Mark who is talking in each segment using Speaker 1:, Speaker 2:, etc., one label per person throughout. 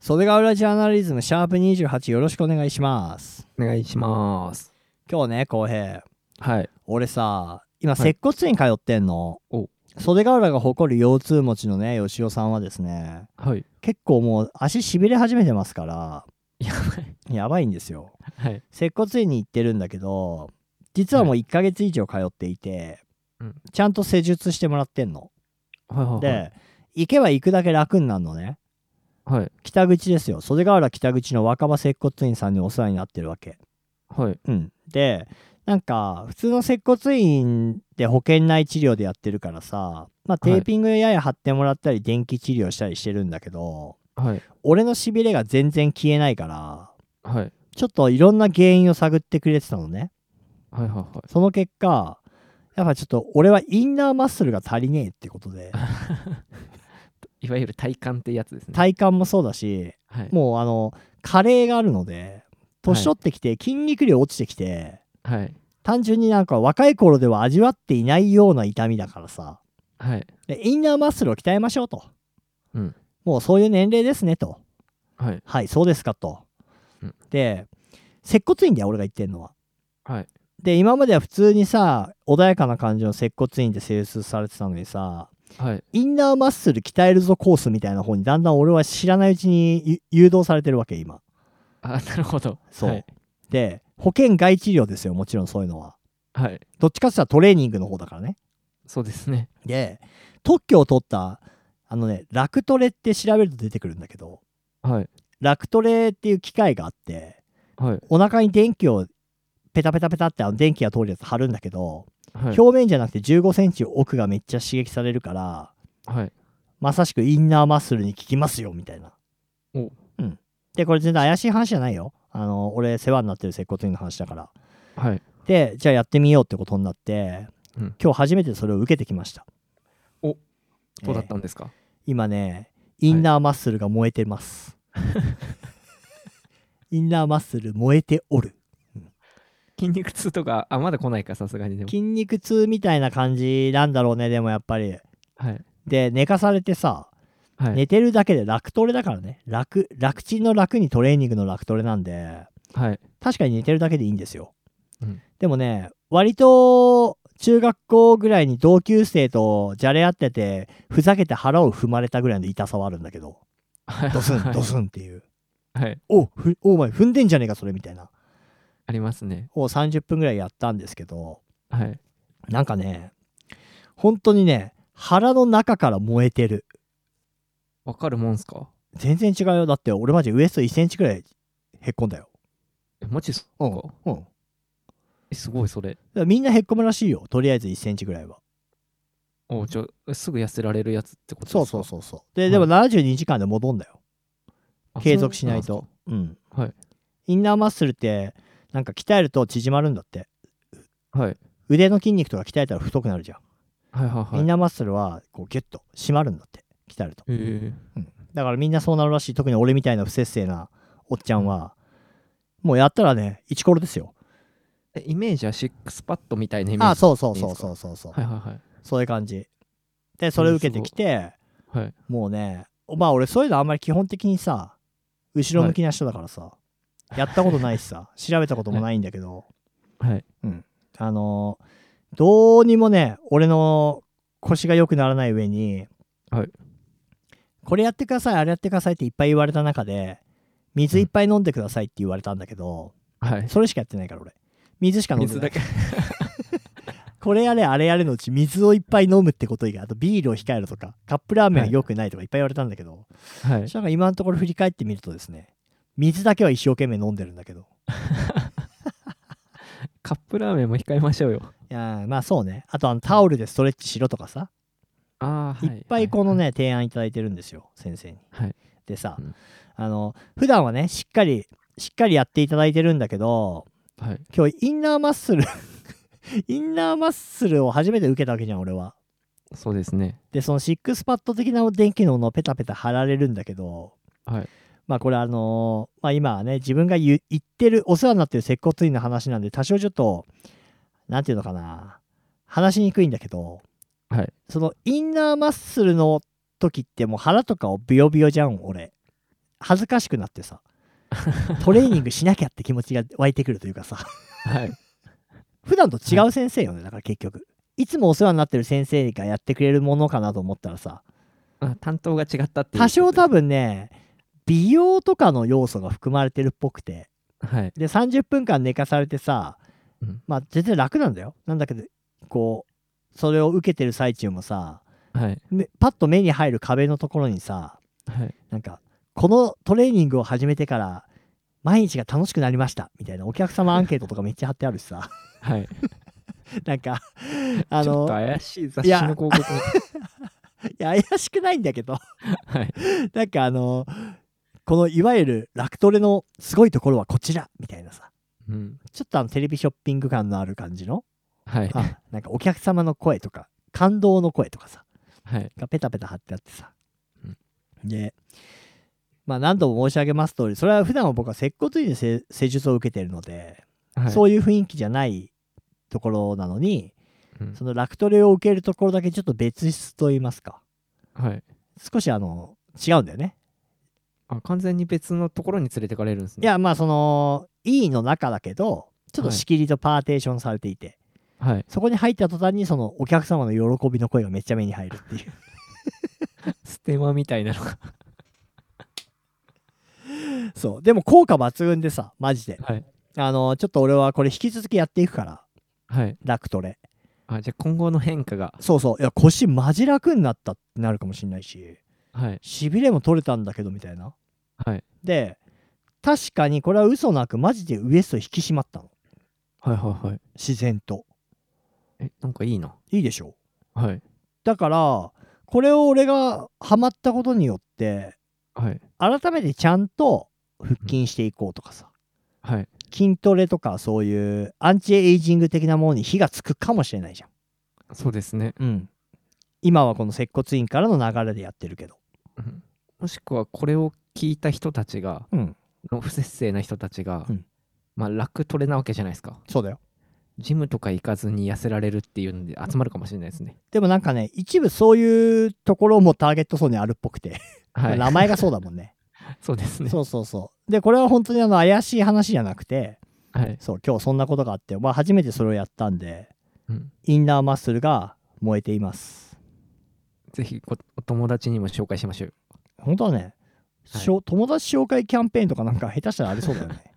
Speaker 1: 袖ヶ浦ジャーナリズムシャープ28よろしくお願いします
Speaker 2: お願いします
Speaker 1: 今日ね浩平
Speaker 2: はい
Speaker 1: 俺さ今
Speaker 2: はい
Speaker 1: 接骨院通ってんの、
Speaker 2: お
Speaker 1: 袖ヶ浦が誇る腰痛持ちのね吉尾さんはですね
Speaker 2: はい
Speaker 1: 結構もう足しびれ始めてますから
Speaker 2: やばい
Speaker 1: やばいんですよ
Speaker 2: はい
Speaker 1: 接骨院に行ってるんだけど実はもう1ヶ月以上通っていて、
Speaker 2: うん
Speaker 1: ちゃんと施術してもらってんの、
Speaker 2: はいはい
Speaker 1: で行けば行くだけ楽になるのね
Speaker 2: はい
Speaker 1: 北口ですよ袖ヶ浦北口の若葉接骨院さんにお世話になってるわけ
Speaker 2: はい
Speaker 1: うんでなんか普通の接骨院で保険内治療でやってるからさ、まあ、テーピングやや貼ってもらったり電気治療したりしてるんだけど、
Speaker 2: はい
Speaker 1: 俺のしびれが全然消えないから
Speaker 2: はい
Speaker 1: ちょっといろんな原因を探ってくれてたのね
Speaker 2: はいはいは
Speaker 1: その結果やっぱちょっと俺はインナーマッスルが足りねえってことで
Speaker 2: いいわゆる体感ってやつですね
Speaker 1: 体幹もそうだし
Speaker 2: はい
Speaker 1: もうあの加齢があるので年取ってきて筋肉量落ちてきて、
Speaker 2: はい
Speaker 1: 単純になんか若い頃では味わっていないような痛みだからさ
Speaker 2: はい
Speaker 1: でインナーマッスルを鍛えましょうと、
Speaker 2: うん
Speaker 1: もうそういう年齢ですねと
Speaker 2: はい
Speaker 1: はいそうですかと、
Speaker 2: うん
Speaker 1: で接骨院だよ俺が言ってんのは
Speaker 2: はい
Speaker 1: で今までは普通にさ穏やかな感じの接骨院で施術されてたのにさ
Speaker 2: はい
Speaker 1: インナーマッスル鍛えるぞコースみたいな方にだんだん俺は知らないうちにゆ誘導されてるわけ今
Speaker 2: あ なるほど
Speaker 1: そう
Speaker 2: はい
Speaker 1: で保険外治療ですよもちろんそういうのは
Speaker 2: はい
Speaker 1: どっちかって言ったらトレーニングの方だからね
Speaker 2: そうですね
Speaker 1: で特許を取ったあのねラクトレって調べると出てくるんだけど
Speaker 2: はい
Speaker 1: ラクトレっていう機械があって
Speaker 2: はい
Speaker 1: お腹に電気をペタペタペタってあの電気が通るやつ貼るんだけど、
Speaker 2: はい
Speaker 1: 表面じゃなくて1 5センチ奥がめっちゃ刺激されるから
Speaker 2: はい
Speaker 1: まさしくインナーマッスルに効きますよみたいな
Speaker 2: お
Speaker 1: うんでこれ全然怪しい話じゃないよあの俺世話になってる接骨院の話だから
Speaker 2: はい
Speaker 1: でじゃあやってみようってことになって、
Speaker 2: うん
Speaker 1: 今日初めてそれを受けてきました
Speaker 2: おどうだっ
Speaker 1: え
Speaker 2: た
Speaker 1: ー
Speaker 2: んですか
Speaker 1: 今ねインナーマッスルが燃えてます、インナーマッスル燃えておる
Speaker 2: 筋肉痛とかあまだ来ないかさすがにでも
Speaker 1: 筋肉痛みたいな感じなんだろうねでもやっぱり
Speaker 2: はい
Speaker 1: で寝かされてさ
Speaker 2: はい
Speaker 1: 寝てるだけで楽トレだからね楽楽ちんの楽にトレーニングの楽トレなんで
Speaker 2: はい
Speaker 1: 確かに寝てるだけでいいんですよ、
Speaker 2: うん
Speaker 1: でもね割と中学校ぐらいに同級生とじゃれ合っててふざけて腹を踏まれたぐらいの痛さはあるんだけど
Speaker 2: はい
Speaker 1: ドスンドスンっていう
Speaker 2: はい
Speaker 1: 「おふおお前踏んでんじゃねえかそれ」みたいな
Speaker 2: ありますね
Speaker 1: を30分ぐらいやったんですけど
Speaker 2: はい
Speaker 1: なんかね本当にね腹の中から燃えてる
Speaker 2: わかるもんすか
Speaker 1: 全然違うよだって俺マジウエスト1センチぐらいへっこんだよ
Speaker 2: えマジっすか
Speaker 1: うんうん
Speaker 2: えすごいそれ
Speaker 1: だからみんなへっこむらしいよとりあえず1センチぐらいは
Speaker 2: おじゃあすぐ痩せられるやつってことです
Speaker 1: そ
Speaker 2: か
Speaker 1: うそうそうそうで、
Speaker 2: はい
Speaker 1: でも72時間で戻んだよ
Speaker 2: あ
Speaker 1: 継続しない
Speaker 2: そう
Speaker 1: とうん
Speaker 2: なんです
Speaker 1: インナーマッスルってなんか鍛えると縮まるんだって
Speaker 2: かはい
Speaker 1: 腕の筋肉とか鍛えたら太くなるじゃん、
Speaker 2: はいはいはい
Speaker 1: インナ
Speaker 2: な
Speaker 1: ーマッスルはこうギュッと締まるんだって鍛えると
Speaker 2: えー、
Speaker 1: だからみんなそうなるらしい特に俺みたいな不節制なおっちゃんは、もうやったらねイチコロですよ
Speaker 2: えイメージはシックスパッドみたいなイメージ
Speaker 1: あそうそうそ
Speaker 2: いいうですか
Speaker 1: そうそうそう、
Speaker 2: はいはいはい
Speaker 1: そういう感じでそれ受けてきて
Speaker 2: はい
Speaker 1: もうねまあ俺そういうのあんまり基本的にさ後ろ向きな人だからさ、やったことないしさ調べたこともないんだけど、
Speaker 2: はい
Speaker 1: あのーどうにもね俺の腰が良くならない上に、
Speaker 2: はい
Speaker 1: これやってくださいあれやってくださいっていっぱい言われた中で水いっぱい飲んでくださいって言われたんだけど、
Speaker 2: はい
Speaker 1: それしかやってないから俺水しか飲んで
Speaker 2: 水
Speaker 1: な
Speaker 2: だ
Speaker 1: い
Speaker 2: け
Speaker 1: これやれあれやれのうち水をいっぱい飲むってこと以外あとビールを控えるとかカップラーメンは良くないとかいっぱい言われたんだけど、
Speaker 2: はい
Speaker 1: そしたら今のところ振り返ってみるとですね水だけは一生懸命飲んでるんだけど
Speaker 2: カップラーメンも控えましょうよ
Speaker 1: いやーまあそうねあとあのタオルでストレッチしろとかさ
Speaker 2: あー
Speaker 1: い
Speaker 2: はい
Speaker 1: っぱいこの
Speaker 2: ね
Speaker 1: ね提案いただいてるんですよ先生に。
Speaker 2: はい
Speaker 1: でさ、
Speaker 2: うん
Speaker 1: あの普段はねしっかりしっかりやっていただいてるんだけど
Speaker 2: はい
Speaker 1: 今日インナーマッスル インナーマッスルを初めて受けたわけじゃん俺は。
Speaker 2: そうですね
Speaker 1: でそのシックスパッド的な電気のものをペタペタ貼られるんだけど
Speaker 2: はい
Speaker 1: まあこれあのーまあ今はね自分が言う言ってるお世話になってる接骨院の話なんで多少ちょっとなんていうのかな話しにくいんだけど、
Speaker 2: はい
Speaker 1: そのインナーマッスルの時ってもう腹とかをビヨビヨじゃん俺恥ずかしくなってさトレーニングしなきゃって気持ちが湧いてくるというかさ
Speaker 2: はい。
Speaker 1: 普段と違う先生よねだから結局いつもお世話になってる先生がやってくれるものかなと思ったらさ
Speaker 2: あ担当が違ったっていう。
Speaker 1: 多少多分ね美容とかの要素が含まれてるっぽくて
Speaker 2: はい。
Speaker 1: で30分間寝かされてさ、
Speaker 2: うん
Speaker 1: まあ全然楽なんだよなんだけどこうそれを受けてる最中もさ
Speaker 2: はい。
Speaker 1: めパッと目に入る壁のところにさ
Speaker 2: はい。
Speaker 1: なんかこのトレーニングを始めてから毎日が楽しくなりましたみたいなお客様アンケートとかめっちゃ貼ってあるしさ
Speaker 2: はい。
Speaker 1: なんかあ
Speaker 2: ちょ
Speaker 1: の
Speaker 2: っと怪しい雑誌の広告みたい
Speaker 1: いや怪しくないんだけど
Speaker 2: はい。
Speaker 1: なんかあのこのいわゆるラクトレのすごいところはこちらみたいなさ
Speaker 2: うん。
Speaker 1: ちょっとあのテレビショッピング感のある感じの
Speaker 2: はい。
Speaker 1: あなんかお客様の声とか感動の声とかさ
Speaker 2: はい。
Speaker 1: がペタペタ貼ってあってさ
Speaker 2: うん、
Speaker 1: でまあ何度も申し上げます通りそれは普段は僕は接骨院で施施術を受けているので、
Speaker 2: はい。
Speaker 1: そういう雰囲気じゃないところなのに
Speaker 2: うん
Speaker 1: そのラクトレを受けるところだけちょっと別室と言いますか
Speaker 2: はい。
Speaker 1: 少しあの違うんだよね
Speaker 2: あ、完全に別のところに連れてかれるんです
Speaker 1: い
Speaker 2: ね。
Speaker 1: やまあその E の中だけどちょっと
Speaker 2: はい
Speaker 1: 仕切りとパーテーションされていて、
Speaker 2: はい。
Speaker 1: そこに入った途端にそのお客様の喜びの声がめっちゃ目に入るっていう
Speaker 2: ステマみたいなのが。
Speaker 1: そうでも効果抜群でさマジで
Speaker 2: はい。
Speaker 1: あのちょっと俺はこれ引き続きやっていくから
Speaker 2: はい。
Speaker 1: 楽トレ
Speaker 2: あ、じゃあ今後の変化が。
Speaker 1: そうそういや腰マジ楽になったってなるかもしんないし
Speaker 2: はい。
Speaker 1: しびれも取れたんだけどみたいな
Speaker 2: はい。
Speaker 1: で確かにこれは嘘なくマジでウエスト引き締まったの
Speaker 2: はいはいはい。
Speaker 1: 自然と
Speaker 2: え、なんかいいな。
Speaker 1: いいでしょ
Speaker 2: はい。
Speaker 1: だからこれを俺がハマったことによって
Speaker 2: はい。
Speaker 1: 改めてちゃんと腹筋していこうとかさ
Speaker 2: はい。
Speaker 1: 筋トレとかそういうアンチエイジング的なものに火がつくかもしれないじゃ
Speaker 2: そうですね。
Speaker 1: ん、うん、今はこの接骨院からの流れでやってるけど
Speaker 2: うんもしくはこれを聞いた人たちが、
Speaker 1: うん
Speaker 2: の不節制な人たちが、
Speaker 1: うん
Speaker 2: まあ楽トレなわけじゃないですか。
Speaker 1: そうだよ
Speaker 2: ジムとか行かずに痩せられるっていうので集まるかもしれないですね。
Speaker 1: でもなんかね一部そういうところもターゲット層にあるっぽくて
Speaker 2: はい。
Speaker 1: 名前がそうだもんね
Speaker 2: そうですね。
Speaker 1: そうそうそうでこれは本当にあの怪しい話じゃなくて
Speaker 2: はい。
Speaker 1: そう今日そんなことがあって、まあ、初めてそれをやったんで
Speaker 2: うん
Speaker 1: インナーマッスルが燃えています
Speaker 2: ぜひおお友達にも紹介しましょう。
Speaker 1: 本当はね、
Speaker 2: はい
Speaker 1: しょ友達紹介キャンペーンとかなんか下手したらありそうだよ ね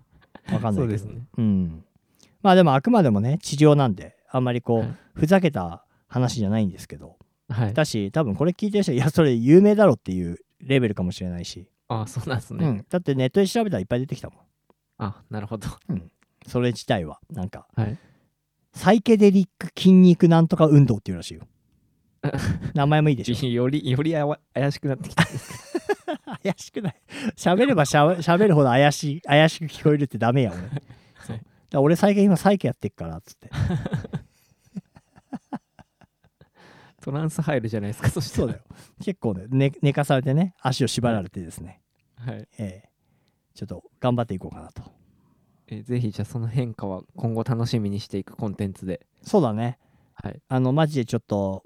Speaker 1: わかんないけど
Speaker 2: そうですね。
Speaker 1: うん、まあでもあくまでもね治療なんであんまりこう、
Speaker 2: はい
Speaker 1: ふざけた話じゃないんですけど
Speaker 2: はい。
Speaker 1: だし多分これ聞いてる人いやそれ有名だろっていうレベルかもしれないし、
Speaker 2: あ、そうなんです
Speaker 1: う
Speaker 2: ね。
Speaker 1: ん、だってネットで調べたらいっぱい出てきたもん
Speaker 2: あ、なるほど。
Speaker 1: それ自体はなんか
Speaker 2: はい。
Speaker 1: サイケデリック筋肉なんとか運動っていうらし いよ名前もいいでしょ
Speaker 2: より、よりあわ怪しくなってきた。
Speaker 1: 怪しくない喋ればしゃ喋るほど怪しい怪しく聞こえるってダメや俺、そうだから俺最近今サイケやってっからっつって
Speaker 2: トランス入るじゃないですか、そして。
Speaker 1: そうだよ。結構ねね寝かされてね足を縛られてですね、
Speaker 2: はい。
Speaker 1: ええちょっと頑張っていこうかなと
Speaker 2: えぜひ、じゃあその変化は今後楽しみにしていくコンテンツで。
Speaker 1: そうだね
Speaker 2: はい。
Speaker 1: あのマジでちょっと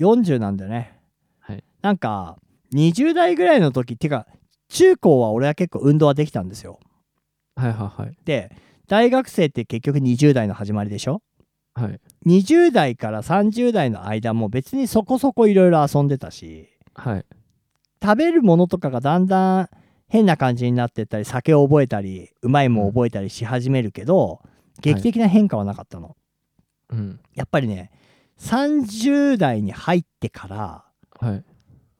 Speaker 1: 40なんでね、
Speaker 2: はい
Speaker 1: なんか20代ぐらいの時っていうか中高は俺は結構運動はできたんですよ
Speaker 2: はいはいはい。
Speaker 1: で大学生って結局20代の始まりでしょ
Speaker 2: はい。
Speaker 1: 20代から30代の間も別にそこそこいろいろ遊んでたし
Speaker 2: はい。
Speaker 1: 食べるものとかがだんだん変な感じになってったり酒を覚えたりうまいもん覚えたりし始めるけど、劇的な変化はなかったの、
Speaker 2: うん。
Speaker 1: やっぱりね30代に入ってから
Speaker 2: はい。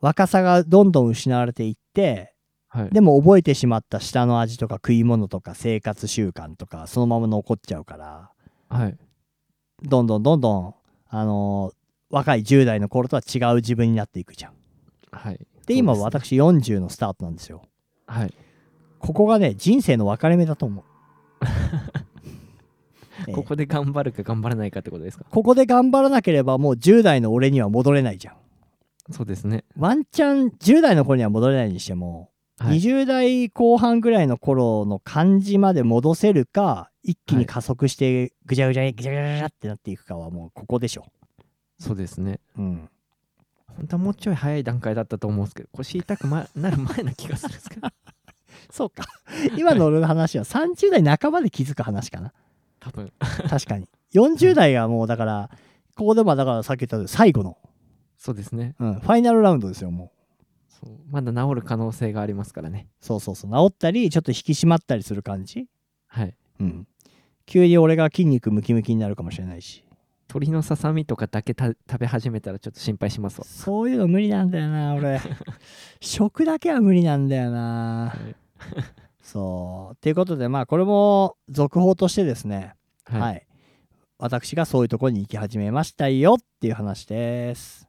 Speaker 1: 若さがどんどん失われていって
Speaker 2: はい。
Speaker 1: でも覚えてしまった舌の味とか食い物とか生活習慣とかそのまま残っちゃうから
Speaker 2: はい。
Speaker 1: どんどんどんどんあのー若い10代の頃とは違う自分になっていくじゃん。
Speaker 2: はい。
Speaker 1: で今
Speaker 2: そうすね。
Speaker 1: 私40のスタートなんですよ。
Speaker 2: はい。
Speaker 1: ここがね人生の分かれ目だと思 う、ええ
Speaker 2: ここで頑張るか頑張らないかってことですか。
Speaker 1: ここで頑張らなければもう10代の俺には戻れないじゃん
Speaker 2: そうですね。
Speaker 1: ワンチャン10代の頃には戻れないにしても、
Speaker 2: はい。
Speaker 1: 20代後半ぐらいの頃の感じまで戻せるか一気に加速してぐちゃぐちゃにぐちゃぐちゃぐちゃってなっていくかはもうここでしょ
Speaker 2: そうですね。
Speaker 1: うん
Speaker 2: 本当はもうちょい早い段階だったと思うんですけど、腰痛く、ま、なる前な気がするんですけど。
Speaker 1: そうか。 今の俺の話は30代半ばで気づく話か な。
Speaker 2: 多分
Speaker 1: 確かに。40代はもうだから、ここでもだからさっき言ったように最後の、
Speaker 2: そうですね
Speaker 1: うん、ファイナルラウンドですよ、もう。
Speaker 2: そうまだ治る可能性がありますからね
Speaker 1: そうそうそう。治ったり、ちょっと引き締まったりする感じ。
Speaker 2: はい
Speaker 1: うん。急に俺が筋肉ムキムキになるかもしれないし。
Speaker 2: 鳥のささみとかだけた食べ始めたらちょっと心配しますわ
Speaker 1: そういうの無理なんだよな、 俺。食だけは無理なんだよな。そう。ということで、まあ、これも続報としてですね、はい、
Speaker 2: はい
Speaker 1: 私がそういうところに行き始めましたよっていう話です。